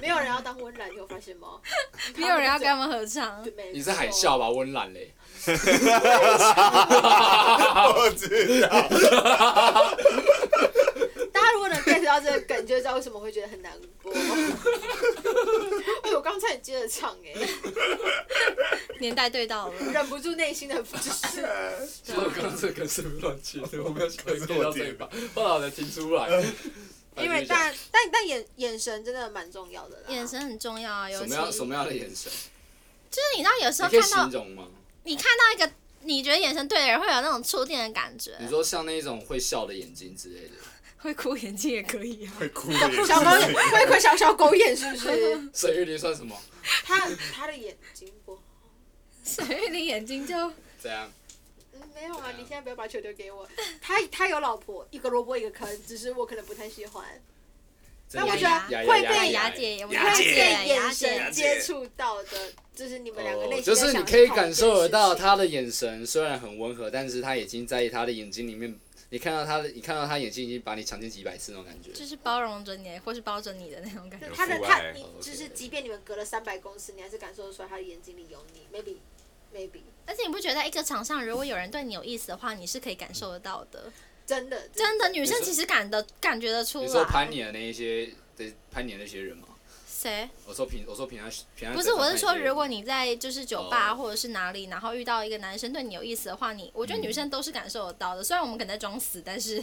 没有人要当温岚，你有发现 吗？ 没有人要跟他们合唱对。没你是海错啸吧？温岚嘞，我知道，大家如果能 get 到这个梗，就知道为什么会觉得很难过。哎，我刚才你接着唱哎、年代对到了，忍不住内心的就是 其实我刚刚这个是乱接的，我没有想到接到这一把，后来我才听出来。因啊为但但但眼眼神真的蛮重要的啦。眼神很重要啊，尤什其么样什么样的眼神？就是你知道有时你候可以看形到容吗？你看到一个你觉得眼神对的人，会有那种触电的感觉你，说像那种会笑的眼睛之类的，会哭眼睛也可 以啊。会哭的眼小狗眼，神。会会小小狗眼是不 是？沈玉琳算什么？他他的眼睛不好。沈玉琳眼睛就怎样？嗯，没有啊，你现在不要把球丢给我。他他有老婆，一个萝卜一个坑，只是我可能不太喜欢，但我觉得雅雅会雅被雅雅姐，我雅会姐被眼雅姐神接触到的，就是你们两个内心哦就在想是你的可以同一感件受得到事情他的眼神虽然很温和，但是他已经在他的眼睛里面，你看到他的，你看到他眼睛已经把你强奸几百次那种感觉。就是包容着你，或是包着你的那种感觉。他的有父他爱你，OK 就是，即便你们隔了三百公尺，你还是感受得出来他的眼睛里有你，maybe maybe 而且你不觉得一个场上如果有人对你有意思的话，你是可以感受得到的。真的真的，女生你说其实感的感觉得出嗯啊你说来攀。你的那一些，对，攀你的那些人吗？谁？我说平，我说平常平常不是，我是说，如果你你在就是酒吧哦或者是哪里，然后遇到一个男生对你有意思的话，你我觉得嗯女生都是感受得到的。虽然我们可能在装死，但 是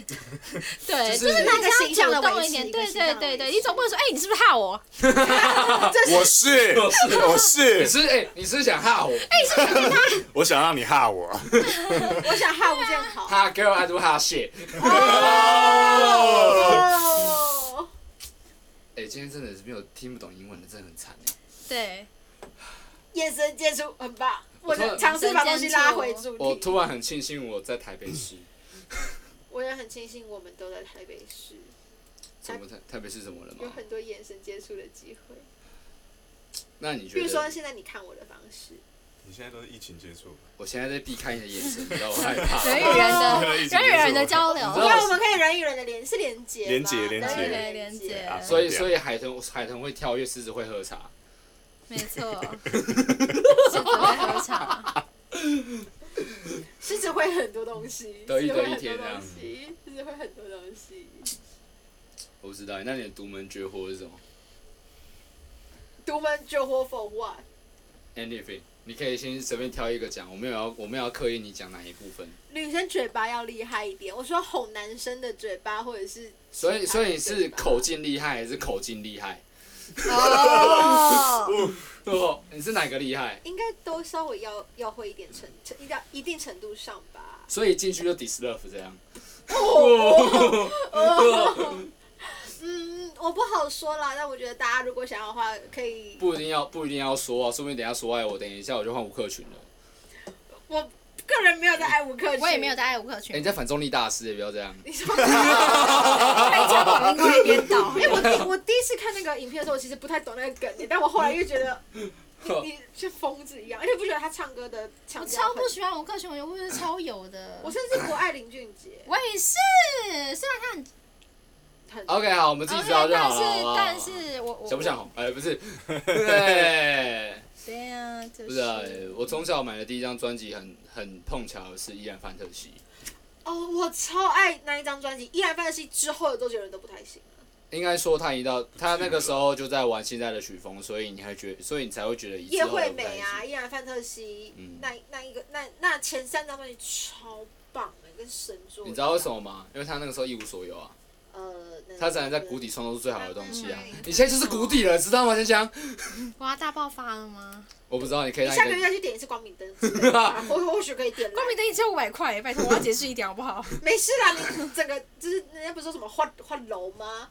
对，就就是是男一个生形象的要主动维一持点。一个对形象对的对维对，持你总不能说哎，你是不是怕我？我是我你是，是哎、你是想吓我？哎我想让你吓我。我想哈吴建豪。吓 girl I do 吓 shit。哦哎、今天真的是没有听不懂英文的，真的很惨 哎。对，眼神接触很棒，我我突然的尝试把东西拉回主我题。突然很庆幸我在台北市，我也很庆幸我们都在台北市，怎么台台北市怎么了有吗？很多眼神接触的机会。那你比觉如说得？现在你看我的方式，你现在都是疫情接触，我现在在避开你的眼神，你知道我害 怕。人与人的 人人与人的交你流知。道那我们可以人与人的连是连接吗，连结连人与结人的连结结。啊所以，所以海豚海豚会跳跃，狮子会喝茶。没 错，是不会喝茶。狮子会很多东 西，得意狮子会得意很贴多这样东西，狮子会很多东西。我不知道，那你的独门绝活是什么独门绝活 for what？ ？Anything，你可以先随便挑一个讲。我没有要，我没有要刻意你讲哪一部分。女生嘴巴要厉害一点，我说哄男生的嘴巴或者是所以，所以你嘴是巴口径厉害还是口径厉害？ 哦， 哦，你是哪个厉害？应该都稍微要要会一点程，程一定一定程度上吧。所以进去就 dislove 这样。嗯，我不好说啦，但我觉得大家如果想要的话，可以 不一定要，不一定要说啊，说不定等一下说爱我，等一下我就换吴克群了。我个人没有在爱五克群，我也没有在爱吴克 哎、你群，在反重力大师，也不要这样。你说 开枪往另 外一边倒。哎、我第我第一次看那个影片的时候，我其实不太懂那个梗，但我后来又觉 得你哦你像疯子一样，而且不觉得他唱歌的我腔调超很不喜欢吴克群，我觉得超油的。我甚至不爱林俊杰，我也是，虽然他很很 OK，好，我们自己知道就好了。好不好但是但是我我想不想红？哎、不是，对，对啊，就不是、啊，我从小买的第一张专辑很很碰巧的是《依然范特西》，哦，我超爱那一张专辑，《依然范西》之后的周杰伦都不太行了。应该说他一到他那个时候就在玩现在的曲风，所以你还觉所以你才会觉得以叶之后惠的，美啊，《依然范特西》嗯那那一个那那前三张专辑超棒的，跟神作。你知道为什？么吗？因为他那个时候一无所有啊，呃，那他才能在谷底创造出最好的东西啊嗯！你现在就是谷底了，知道吗，香香？哇大爆发了吗？我不知道，你可以你让下个月一个再去点一次光明灯之 类的吧，或或许可以点啦。光明灯一千五百块，拜托我要解释一点好不 好？没事啦，你整个就是人家不是说什么换换楼吗？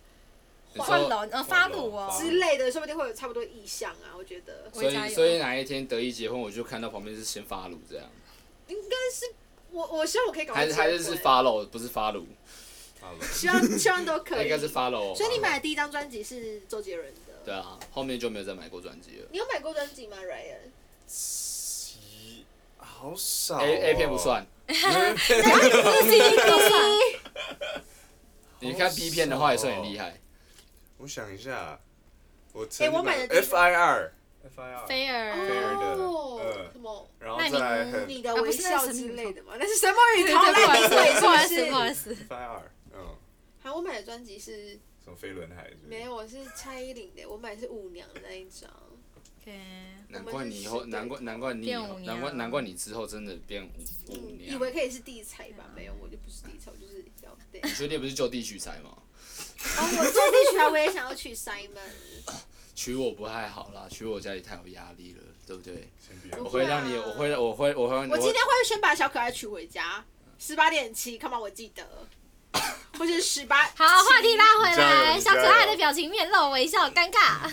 你换说，楼呃发炉哦，啊换之类的，说不定会有差不多意向啊。我觉得我所也加以油所以哪一天得意结婚，我就看到旁边是先发乳这样，应该是我，我希望我可以搞还是还是是发肉，不是发乳，哦希望希望都可以。那 应该是发肉。所以你买的第一张专辑是周杰伦的。哦对啊，后面就没有再买过专辑了。你有买过专辑吗，Ryan？好少 A A 片不，算， 哦你看 B 片的话也算很厉害。我想一下，我真我买的第一 F I R， F I R，菲儿，尔的哦嗯，什么然后那再你来嗯很你的啊不微是那笑是之什么类的嘛？那是什么语同对对不好意类思，鬼？不好意是思，不好意思。 F I R，嗯，好，我买的专辑是什么飞轮海是不是没有，我是蔡依林的，我买的是舞娘的那一张。 OK，难怪你以后，难怪难怪你以变后，舞难怪娘难怪你之后真的变舞舞嗯，以娘。为可以是地才吧？没有，我就不是地才，我就是要 对。你学弟不是就地取材吗？然后我做地取材，我也想要娶 Simon。娶我不太好啦，娶我家里太有压力了，对不对？先不啊我别会让你，我会，我会，我会，我今天会先把小可爱娶回家，十八点七，come on，我记 得，或者十八。好，话题拉回加来，油小可加油爱的表情面露微笑，尴尬。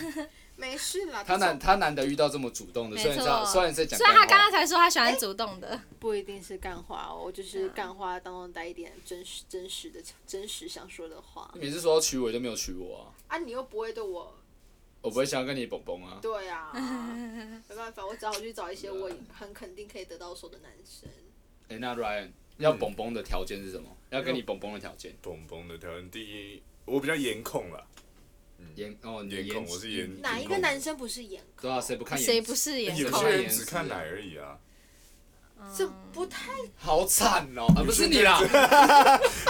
没事啦，他这难种他难得遇到这么主动的，没虽然他错虽然在讲虽干然话，他刚刚才说他喜欢主动的，不一定是干话哦，我就是嗯啊干话当中带一点真实、真实的、真实想说的话你每次说要娶我都没有娶我啊，啊，你又不会对我，哦我不会想要跟你蹦蹦啊。对 啊，没办法，我只好去找一些我很肯定可以得到手的男生。哎、那 Ryan 要嗯蹦蹦的条件是什么？要跟你蹦蹦的条件，蹦蹦的条件，第一我比较颜控啦，颜哦，你的颜控值我是颜哪一个男生不是颜对控？啊，谁不看颜值？谁不是颜有控些控？人只看奶而已啊，这不太，好惨哦、啊，不是你啦，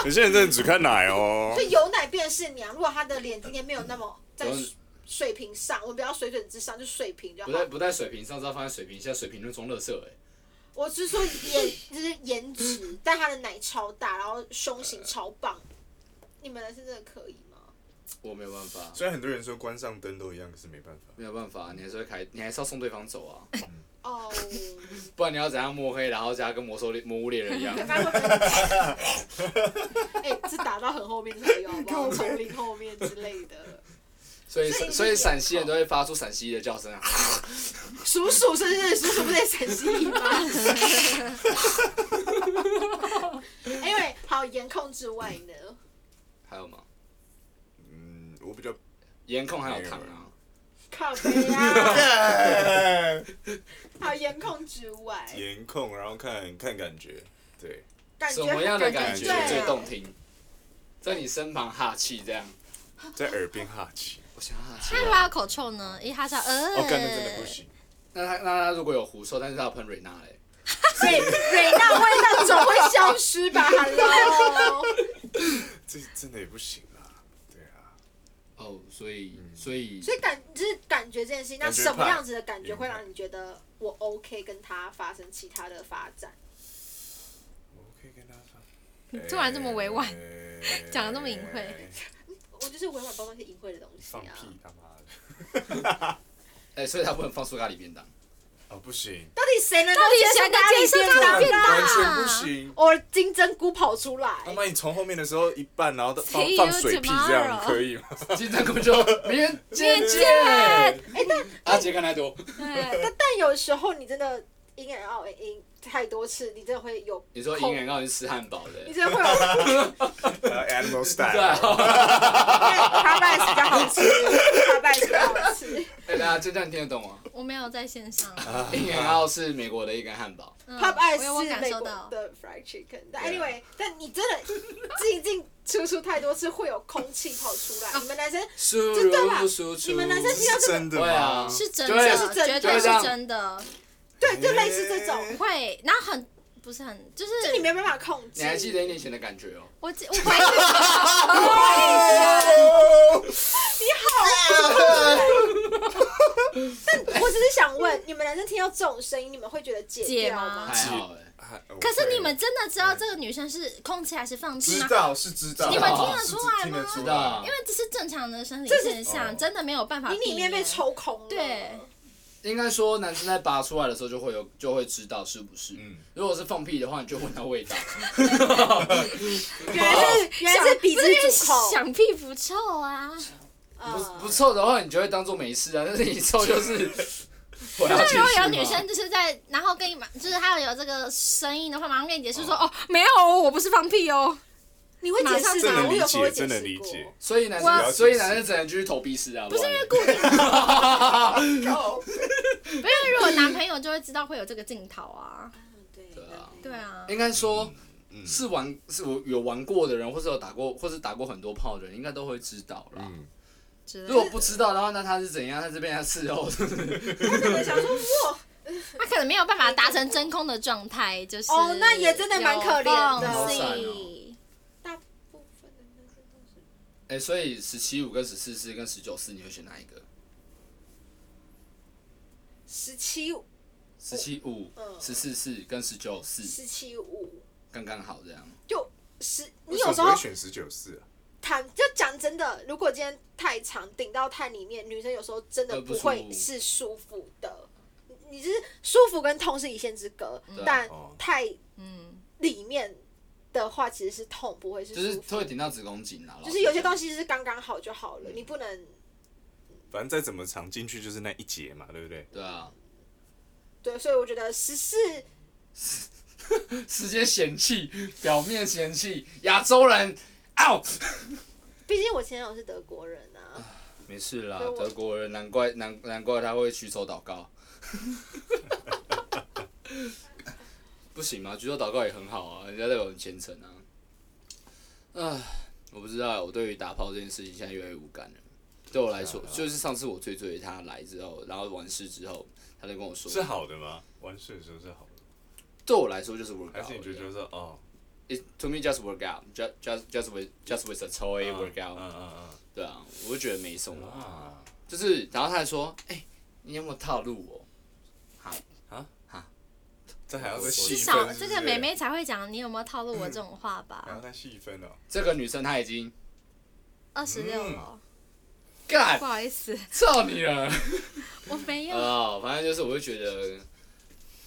有些人真的只看奶哦就。有奶便是娘。如果他的脸今天没有那 么在有水平上，我们不要水准之上，就水平就好不。在不在水平上，知道放在水平下，水平就装乐色哎。我是说颜， 就是颜值，但他的奶超大，然后胸型呃超棒。你们是真的可以吗？我没有办法，虽然很多人说关上灯都一样，可是没办法。没有办法，你还是会开，你还是要送对方走啊， 哦， 不然你要怎样摸黑，然后加跟魔兽猎魔物猎人一样，反正我觉得哎，是打到很后面才有，好不好？丛林后面之类的，所以所以所你以是陕西人都会发出陕西的叫声啊，鼠鼠是不是？鼠鼠不是在陕西吗？哎因为好颜控之外呢，还有吗？嗯，我比较颜控还有糖啊，靠北 啊， 好颜控之外，颜控，然后看看感觉，对，感什觉啊么样的感觉感觉最动听？在你身旁哈气这样，在耳边哈气。我想要哈气那如啊。果要口臭呢？因为他是要呃，哦，干的真的不行。那他那他如果有狐臭，但是他有喷瑞娜嘞，蕊蕊娜味道总会消失 吧？Hello，这真的也不行啦。对啊，哦，所以所以所以感就是感觉这件事情，那感觉什么派样子的感觉会让你觉得我 OK 跟他发生其他的发展？我可以跟他你说。 啊嗯突然这么委婉哎，讲得这么隐晦我就是委婉包装一些隐晦的东西放啊。屁他妈的！哎、所以他不能放苏咖喱便当。哦，不行，到底谁能够到底接谁受咖喱能接受咖喱便变当？大完全不行。我金针菇跑出来，他妈，你从后面的时候一半，然后都放 See you 放水屁这样 tomorrow 可以吗？金针菇就明 天见明天见哎 阿杰看太多。对，但有时候你真的 in and out 欸 in 太多次，你真的会有，你说口银远告是吃汉堡的你，真的会有对 Animal Style，啊。 咖拜比较好吃，咖拜比较好吃，哎，大家这样听得懂吗？我没有在线上，银远告是美国的一根汉堡，嗯 Pop Ice 我有是感美受国到，的 fried chicken，但对啊 anyway，但你真的进进出出太多次，会有空气跑出 来。你们男生，输真的入啦不输出。你们男生这听到 是这真个，的对啊吗？是真对的，绝就对会是这样真的，对，就类似这种， 会，然后很不是很，就是就你没办法控制。你还记得一年前的感觉哦？我记我怀疑，哎 哦 我只是想问，你们男生听到这种声音，你们会觉得解解掉吗吗还？好哎，啊我可是你们真的知道这个女生是空气还是放屁知吗？道是知道，你们听得出来吗是听得出知道因为这是正常的生理这是现象，哦真的没有办法避你免。里面被抽空了。对，应该说男生在拔出来的时候就会有就会知道是不是。嗯，如果是放屁的话，你就闻到味道。原来是原来是鼻子主控，想屁不臭啊！不嗯不臭的话，你就会当做没事啊。 但是你臭就是。我要但是继续如吗果有女生就是在，然后跟你马，就是她有这个声音的话，马上跟你解释说，哦，没有哦，我不是放屁哦。你会解释这吗？能我理有时候解，会真解的释理过。解。所以男我生，所以男生只能去投鼻屎啊！不不是因为固定，哦因为如果男朋友就会知道会有这个镜头啊。哦对对啊对啊， 应该说嗯是玩是有有玩过的人，或是有打过，或是打过很多炮的人，应该都会知道啦。嗯，之类如果的。不知道的话，那他是怎样？他这边要伺候，是不是？他可能想说哇，他可能没有办法达成真空的状态，就是哦那也真的蛮可怜的有缝隙好惨哦大部分的男生都是 哎、所以十七五跟十四四跟十九四，你会选哪一个？十七十七五、嗯十四四跟十九四，十七五刚刚好这样。就十，你为什有么时不候会选十九四啊？谈就讲真的，如果今天太长顶到太里面，女生有时候真的呃不不舒服会是舒服的。你你就是舒服跟痛是一线之隔，对但哦太嗯，里面的话其实是痛，不会是就是舒服。会顶到子宫颈啦。就是有些东西西是刚刚好就好了，你不能反正再怎么长进去就是那一节嘛，对不对？对啊，对，所以我觉得十四直接嫌弃，表面嫌弃亚洲人，out。毕竟我前男友是德国人啊，没事啦所以，我德国人难怪难难怪他会举手祷告。 不行吗？举手祷告也很好啊，人家代表很虔诚啊。唉，我不知道，我对于打炮这件事情现在越来越无感了。对我来说，啊就是上次我追追他来之后，然后完事之后，他就跟我说，是好的吗？完事的时候是好的，对我来说就是 work 还 out 是你觉得就是啊哦 It to me just work out, just just just with just with a toy 嗯 work 嗯 out。嗯对啊，我就觉得没什嗯么。啊，就是，然后他还说，哎、你有没有套路哦我？这还要再细至分少是这不是个妹，妹才会讲你有没有套路我这种话吧还。要再细分哦。这个女生她已经二十六了，干嗯不好意思，操你了。我没有。哦，反正就是我会觉得，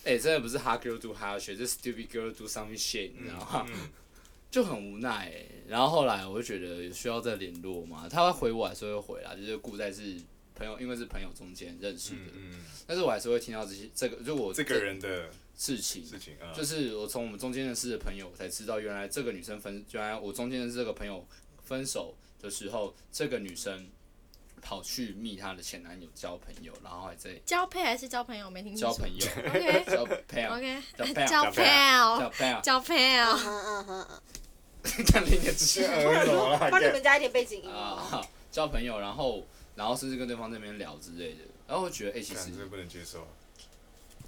哎、真的不是 hard girl do hard shit，这 stupid girl do something shit，你知道吗？嗯，就很无奈、然后后来我就觉得有需要再联络嘛，他会回我还是会回啦，就是故在是朋友，因为是朋友中间认识的，嗯嗯，但是我还是会听到这些这个，就我这个人的事情，事情啊， 就是我从我们中间认识的朋友才知道，原来这个女生分，原来我中间认识这个朋友分手的时候，这个女生跑去密她的前男友交朋友，然后还在交配还是交朋友？我没听清交楚。朋友 OK 交朋哦友交朋 OK，友交交配配交哦，朋友，交配 啊哦。嗯嗯嗯嗯，看你的直耳 朵啦，帮你干们加一点背景音哦。啊，交朋友，然后然后甚至跟对方那边聊之类的，然后我觉得哎、其干这实不能接受，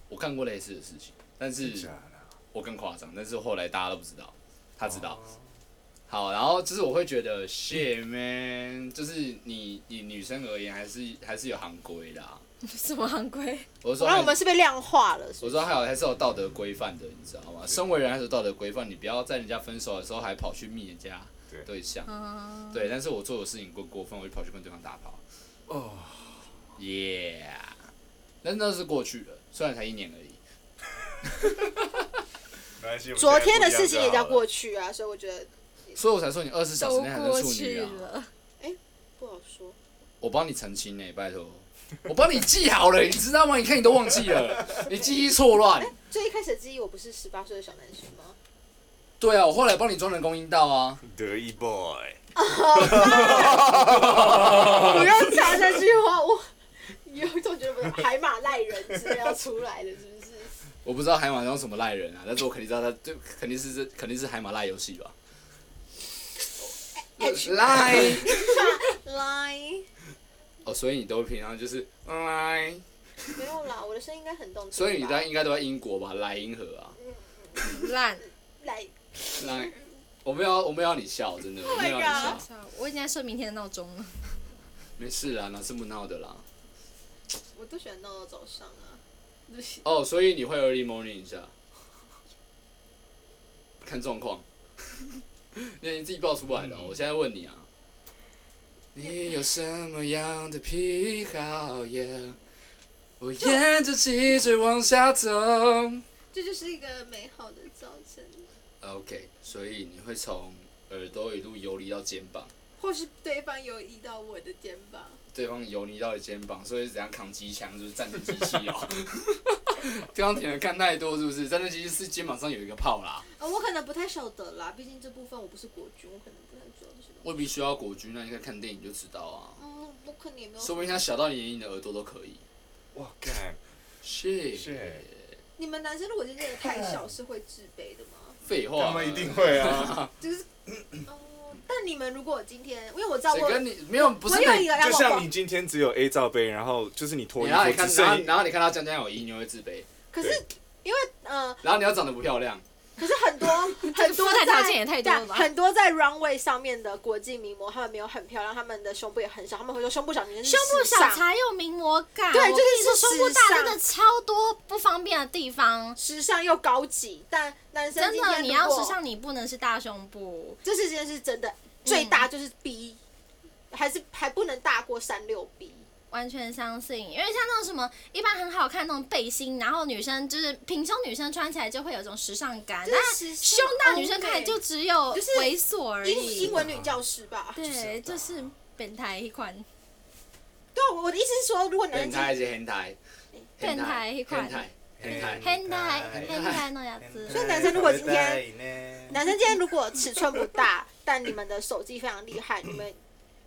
我干过类似的事情，但是假的，我更夸张，但是后来大家都不知道，他知道。哦好，然后就是我会觉得 shit man，就是你以女生而言，还是还是有行规的、啊。什么行规？我是说然后还是，我们是被量化了，是不我是说还有还是有道德规范的，你知道吗？身为人还是有道德规范，你不要在人家分手的时候还跑去密人家对对象。嗯，对，但是我做的事情过过分，我就跑去跟对方打炮。哦， Yeah，但那是过去了，虽然才一年而已。没关系，我们昨现在天不的一样事情也就好叫了过去啊，所以我觉得所以我才说你二十小时都内还是过处女去啊！了。不好说。我帮你澄清呢、欸拜托，我帮你记好了，你知道吗？你看你都忘记了，你记忆错乱。哎最一开始的记忆，我不是十八岁的小男生 吗？对啊，我后来帮你装人工阴道啊。得意 boy，不用讲这句话，我 有一种觉得我的海马赖人之类要出来的，是不是？我不知道海马用什么赖人啊，但是我肯定知道他就肯定是这肯定是海马赖游戏吧。哎赖 来，哦，所以你都平常就是赖，没有啦，我的声音应该很动听吧。所以你在应该都在英国吧？莱茵河啊，烂。来，赖。我没有要我没有要你笑，真的，我没有要你 Oh my 笑 god，我已经在设明天的闹钟了。没事啦，哪这么闹的啦？我都喜欢闹到早上啊。不行，哦，所以你会 early morning 一下，看状况。 那你自己报出来的哦、我现在问你啊，你有什么样的癖好呀？我沿着脊椎往下走。这就是一个美好的早晨， OK，所以你会从耳朵一路游离到肩膀，或是对方有移到我的肩膀。对方游离到了肩膀，所以是怎样扛机枪就是战争机器哦。 对方可能看太多是不是？战争机器是肩膀上有一个炮啦。啊，我可能不太晓得啦，毕竟这部分我不是国军，我可能不太知道这些东西。未必需要国军，那应该看电影就知道啊。嗯，我可能也没有。说不定他小到你连你的耳朵都可以。哇干，是是你们男生如果真的太小，是会自卑的吗？废话， 他们一定会啊，就是，哦，但你们如果今天，因为我知道谁我跟你没有不我是有每一个就让我像你，今天只有 A 罩杯，然后就是你脱衣然后你服看只，然后剩一然后你看到江江有一，你会自卑，可是因为呃，然后你要长得不漂亮，可是 很多很多这个在肤态条件也太多了吧对啊很多在 runway 上面的国际名模，他们没有很漂亮，他们的胸部也很小，他们会说胸部小女生是胸部时小尚，才有名模感。对我这跟就你是说，胸部大时尚真的超多不方便的地方。时尚又高级，但男生真今的，天你如要果时，尚，你不能是大胸部。这世界是真的嗯最大就是 B，还是还不能大过三六 B。完全相信，因为像那种什么一般很好看那种背心，然后女生就是平胸女生穿起来就会有一种时尚感，就但是时尚胸大女生看起来就只有就是猥琐哎而英已英。文女教师吧，对，就是本台一款，对啊，我我的意思是说，如果男生变今态还是变 态，变态一块变态，嗯变态，很台台很台那样子。所以男生如果今 天男生今天如果尺寸不大，但你们的手技非常厉害，你们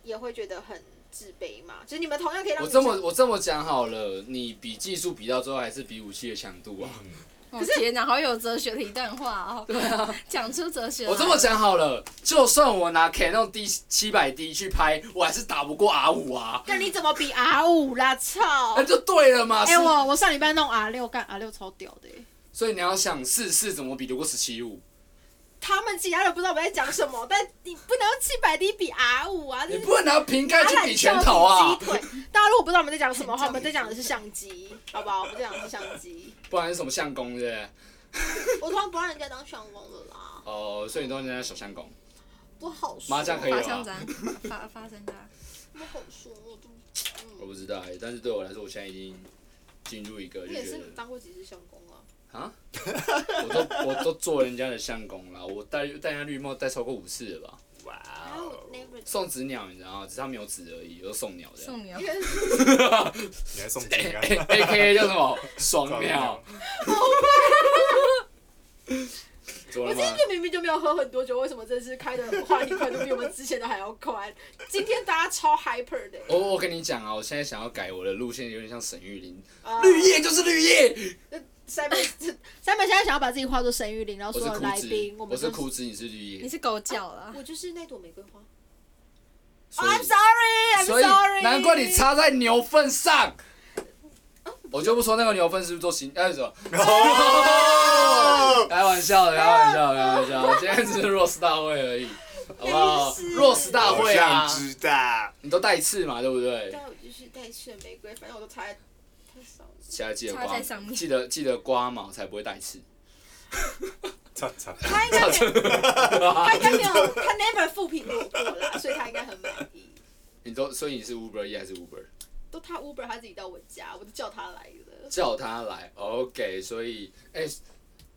也会觉得很自卑嘛？就是你们同样可以让我女这生么我这么讲好了，你比技术比到最后还是比武器的强度啊。嗯我哦天哪，好有哲学的一段话哦！对啊，讲出哲学来。我这么讲好了，就算我拿 Canon D 七百 D 去拍，我还是打不过 R 五啊，那你怎么比 R 五啦？操那！就对了嘛。哎、是我我上礼拜弄 R 六，干 R 六超屌的、欸。所以你要想四四怎么比得过十七五？他们其他人不知道我们在讲什么，但你不能用七百 D 比 R 五啊！你这是不能拿瓶盖去橄比榄拳球头啊比，鸡腿！大家如果不知道我们在讲 什么的话，我们在讲的是相机，好不好？我们在讲的是相机。不然是什么相公对不对？ 我突然不让人家当相公了啦，哦，所以你都是人家小相公，不好说。麻将可以哦发吗生展，发发生展。不好说，我都嗯我不知道、欸，但是对我来说，我现在已经进入一个就你也觉是得当过几次相公啊？我都我都做人家的相公了，我戴戴人家绿帽戴超过五次了吧？哇然后 never 送纸鸟你知道吗？只是他没有纸而已，我就送鸟这样。送你哦，你还送饼干 A K A 叫什么？爽鸟。怎么我了今吗？天明明就没有喝很多酒，为什么这次开的话题宽度比我们之前的还要宽？今天大家超 hyper 的、欸我我跟你讲啊，我现在想要改我的路线，有点像沈玉琳，啊绿叶就是绿叶。 Simon Simon 现在想要把自己化作沈玉琳，然后我所是有枯来枝宾，，我们是都枯枝，你是绿你叶。是狗叫了。我就是那朵玫瑰花。所 I'm 以 sorry, I'm 所以 sorry。难怪你。插在牛粪上。我就不说那个牛粪是不是做行，哎什么？哦开玩笑的，开玩笑的，开玩笑的，今天只是 Rose 大会而已，好不没好事？Rose 大好会啊像，知道，你都带刺嘛，对不对但？我就是带刺的玫瑰，反正我都插在太少了。现在记得插在刮上，面记得记得刮毛才不会带刺。操操，他应该没 有，他应该没有，他 never 复评我过啦，所以他应该很满意。你都所以你是 Uber E 还是 Uber？都他 Uber 他自己到我家，我都叫他来了。叫他来，OK，所以哎、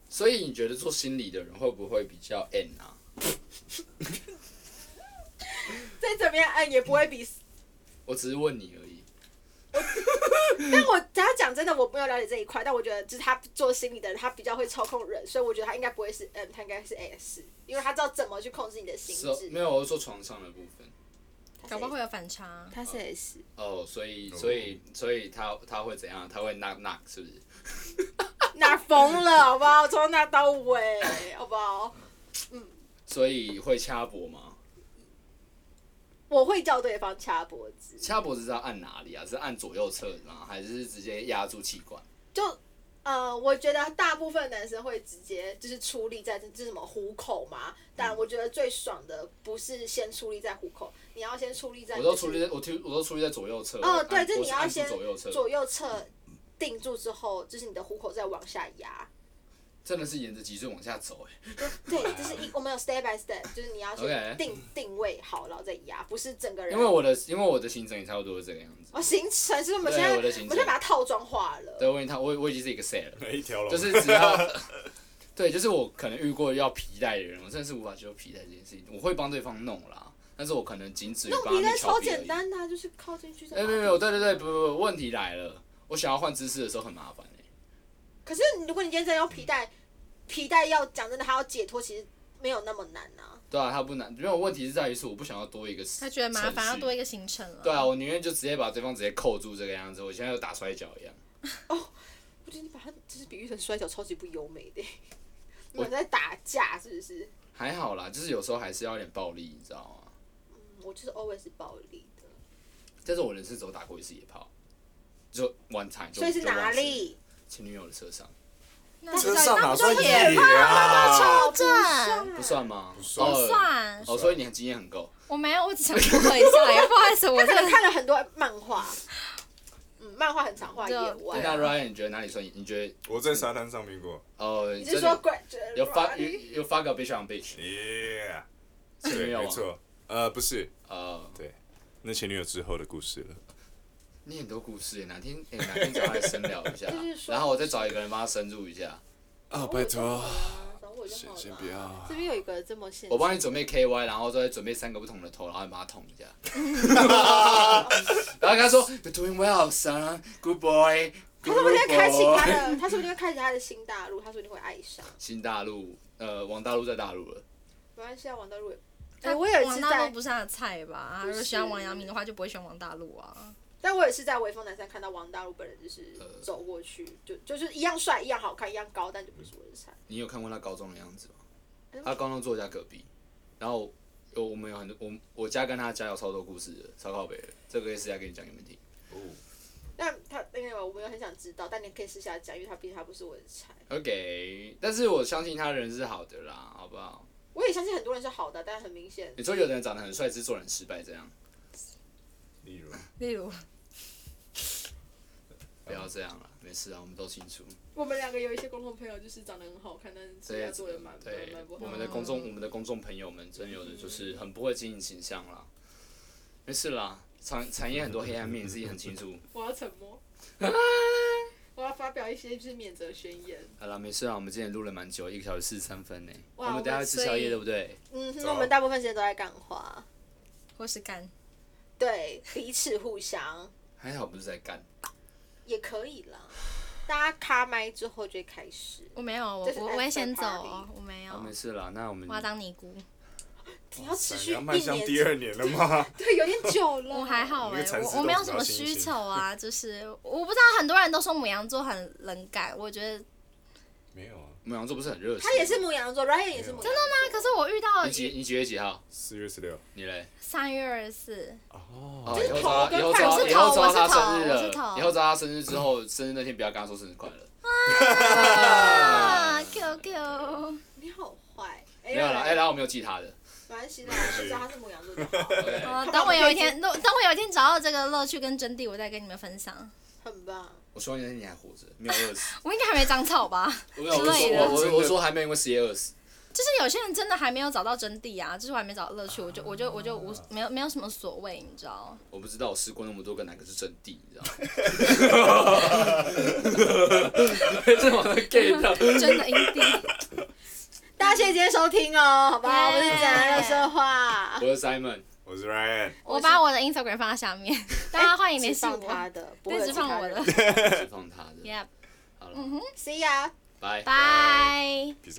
所以你觉得做心理的人会不会比较 N 啊？再怎么样按也不会比。我只是问你而已。但我他讲真的，我没有了解这一块，但我觉得就是他做心理的人，他比较会操控人，所以我觉得他应该不会是 M，他应该是 S，因为他知道怎么去控制你的心是哦智。没有，我是说床上的部分。搞不好会有反差。他是 S，哦，所以所以所以他他会怎样？他会 knock knock 是不是？哪疯了好不好？从那到尾好不好？所以会掐脖吗？我会叫对方掐脖子，掐脖子是要按哪里啊？是按左右侧吗？还是直接压住气管？就呃，我觉得大部分男生会直接就是出力在这这是什么虎口嘛，但嗯我觉得最爽的不是先出力在虎口，你要先出力在、就我是都处理在，我听我都处理在左右侧。哦，对，按就是你我要按住先左右侧，左右侧定住之后，就是你的虎口再往下压。真的是沿着脊椎往下走哎、 对，就是一我们有 step by step，就是你要 OK 先定定位好，然后再压，不是整个人。因为我的因为我的行程也差不多是这个样子。哦行程是不是我们对现在我的行程们现在把它套装化了。对，我已经他我我已经是一个 set 了，一条龙，就是只要 对，就是我可能遇过要皮带的人，我真的是无法接受皮带这件事情。我会帮对方弄啦，但是我可能仅止于弄帮他皮带们敲超皮而简已。单的啊、就是靠进去再哎、拿。没有没有，对对对，不不不，问题来了，我想要换姿势的时候很麻烦哎、可是如果你今天真的用皮带，皮带要讲真的，它要解脱其实没有那么难啊。对啊，他不难，没有问题是在于是我不想要多一个，他觉得麻烦，要多一个。个行程了。对啊，我宁愿就直接把对方直接扣住这个样子，我现在就打摔跤一样。 我觉得你把它就是比喻成摔跤，超级不优美的。你我们在打架是不是？还好啦，就是有时候还是要有点暴力，你知道吗？嗯我就是 always 暴力的。但是我人生只有打过一次野炮，就 one time，就所以是就忘记哪里？前女友的车上，那不车算上那哪不算算野啊野啊？炮哦症？不算吗？不算不算，啊哦，所以你的经验很够。我没有，我只想附和一下，也不好意思，我他真可能的看了很多漫画，嗯，漫画很常画野外。那 Ryan，你觉得哪里算？你觉得我在沙滩上面过哦，你真是的说呃 g r a 有 fuck 有有 fuck a bitch on bitch？ ，Yeah，前女对，友啊没吗？错，呃，不是，呃，对，那前女友之后的故事了。你很多故事耶，哪天哎哪天找他来深聊一下 就是，说然后我再找一个人帮他深入一下。哦啊，哦拜托，找我就好先了先不要哦这。边有一个这么现实，我帮你准备 KY，然后再准备三个不同的头，然后你把它捅一下。哦然后跟他说 You're doing well, son. Good boy. 他 Good 说不定会开启他 boy. 的，他说不定会开启他的新大陆，他说不定会爱上。新大陆，呃，王大陆在大陆了。没关系啊，王大陆也。哎、他 我有一次王大陆在，不是他的菜吧？他如果喜欢王阳明的话，就不会选王大陆啊。但我也是在威风南山看到王大陆本人，就是走过去，呃就就是一样帅，一样好看，一样高，但就不是我的菜。你有看过他高中的样子哎吗？他高中住我家隔壁，然后有我们有很多，我我家跟他家有超多故事的，超靠北的。这个可以私下跟你讲给你们听。但他那个我没有很想知道，但你可以私下讲，因为他毕竟他不是我的菜。 OK，但是我相信他人是好的啦，好不好？我也相信很多人是好的，但很明显你说有的人长得很帅，只是做人很失败，这样例如，例如，不要这样了，没事啊，我们都清楚。我们两个有一些共同朋友，就是长得很好看，但是这也做的蛮对蛮不好。我们的公众，我们的公众朋友们，真有的就是很不会经营形象啦。没事啦，产产业很多黑暗面，你自己很清楚。我要沉 默，我要发表一些就是免责宣言。好了，没事啊，我们今天录了蛮久，一个小时四十三分呢。我哇们等一我下要们吃宵所夜，以对不对？嗯哼，走我们大部分时间都在干话，或是干，对彼此互相还好不是在干。哦也可以啦。大家卡麦之后就会开始，我没有，我这是我我也 after 先走 party 哦，我没好，有没，事啦，那我们我要当尼姑，你要持续要一迈向年，第二年了 吗？对，有点久了。我还好那哎个蚕，丝我我没有豆腐什比么较新需鲜求啊， 就是我不知道很多人都说母羊座很冷感，我觉得没有啊，母羊座不是很热情？他也是母羊座，Ryan 也是母羊座。真的那啊可是我遇到你几你几月几号？四月十六。你嘞？三月二十四，哦，哦，以后头找他，跟以后头找我他，是以后头找他我是头生日我是头了，以后找他生日之后，生日那天不要跟他说生日快乐。啊，Q Q，你好坏，哎 没有啦，哎，然后我没有记 他的。没关系啦，我知道他是母羊座就好， OK 呃，等我有一天，等等我有一天找到这个乐趣跟真谛，我再跟你们分享。很棒。我希望你还活着，没有 饿死。我应该还没长草吧？ 我没有，我之类的说我我我说还没有因为失业饿死。就是有些人真的还没有找到真谛啊，就是我还没找到乐趣，我就我就我就无没有没有什么所谓，你知道？我不知道我试过那么多个哪个是真谛，你知道吗？ 这我的 gay 到真的阴地，大家谢谢今天收听哦，好不好？我们是耶简单乐色话，我是 Simon，我是 Ryan，我把我的 Instagram 放在下面，大家欢迎联只系 放他我。的，不会对，有只其他放我的人。释放他的。 ，Yep，好了， See ya。拜。拜。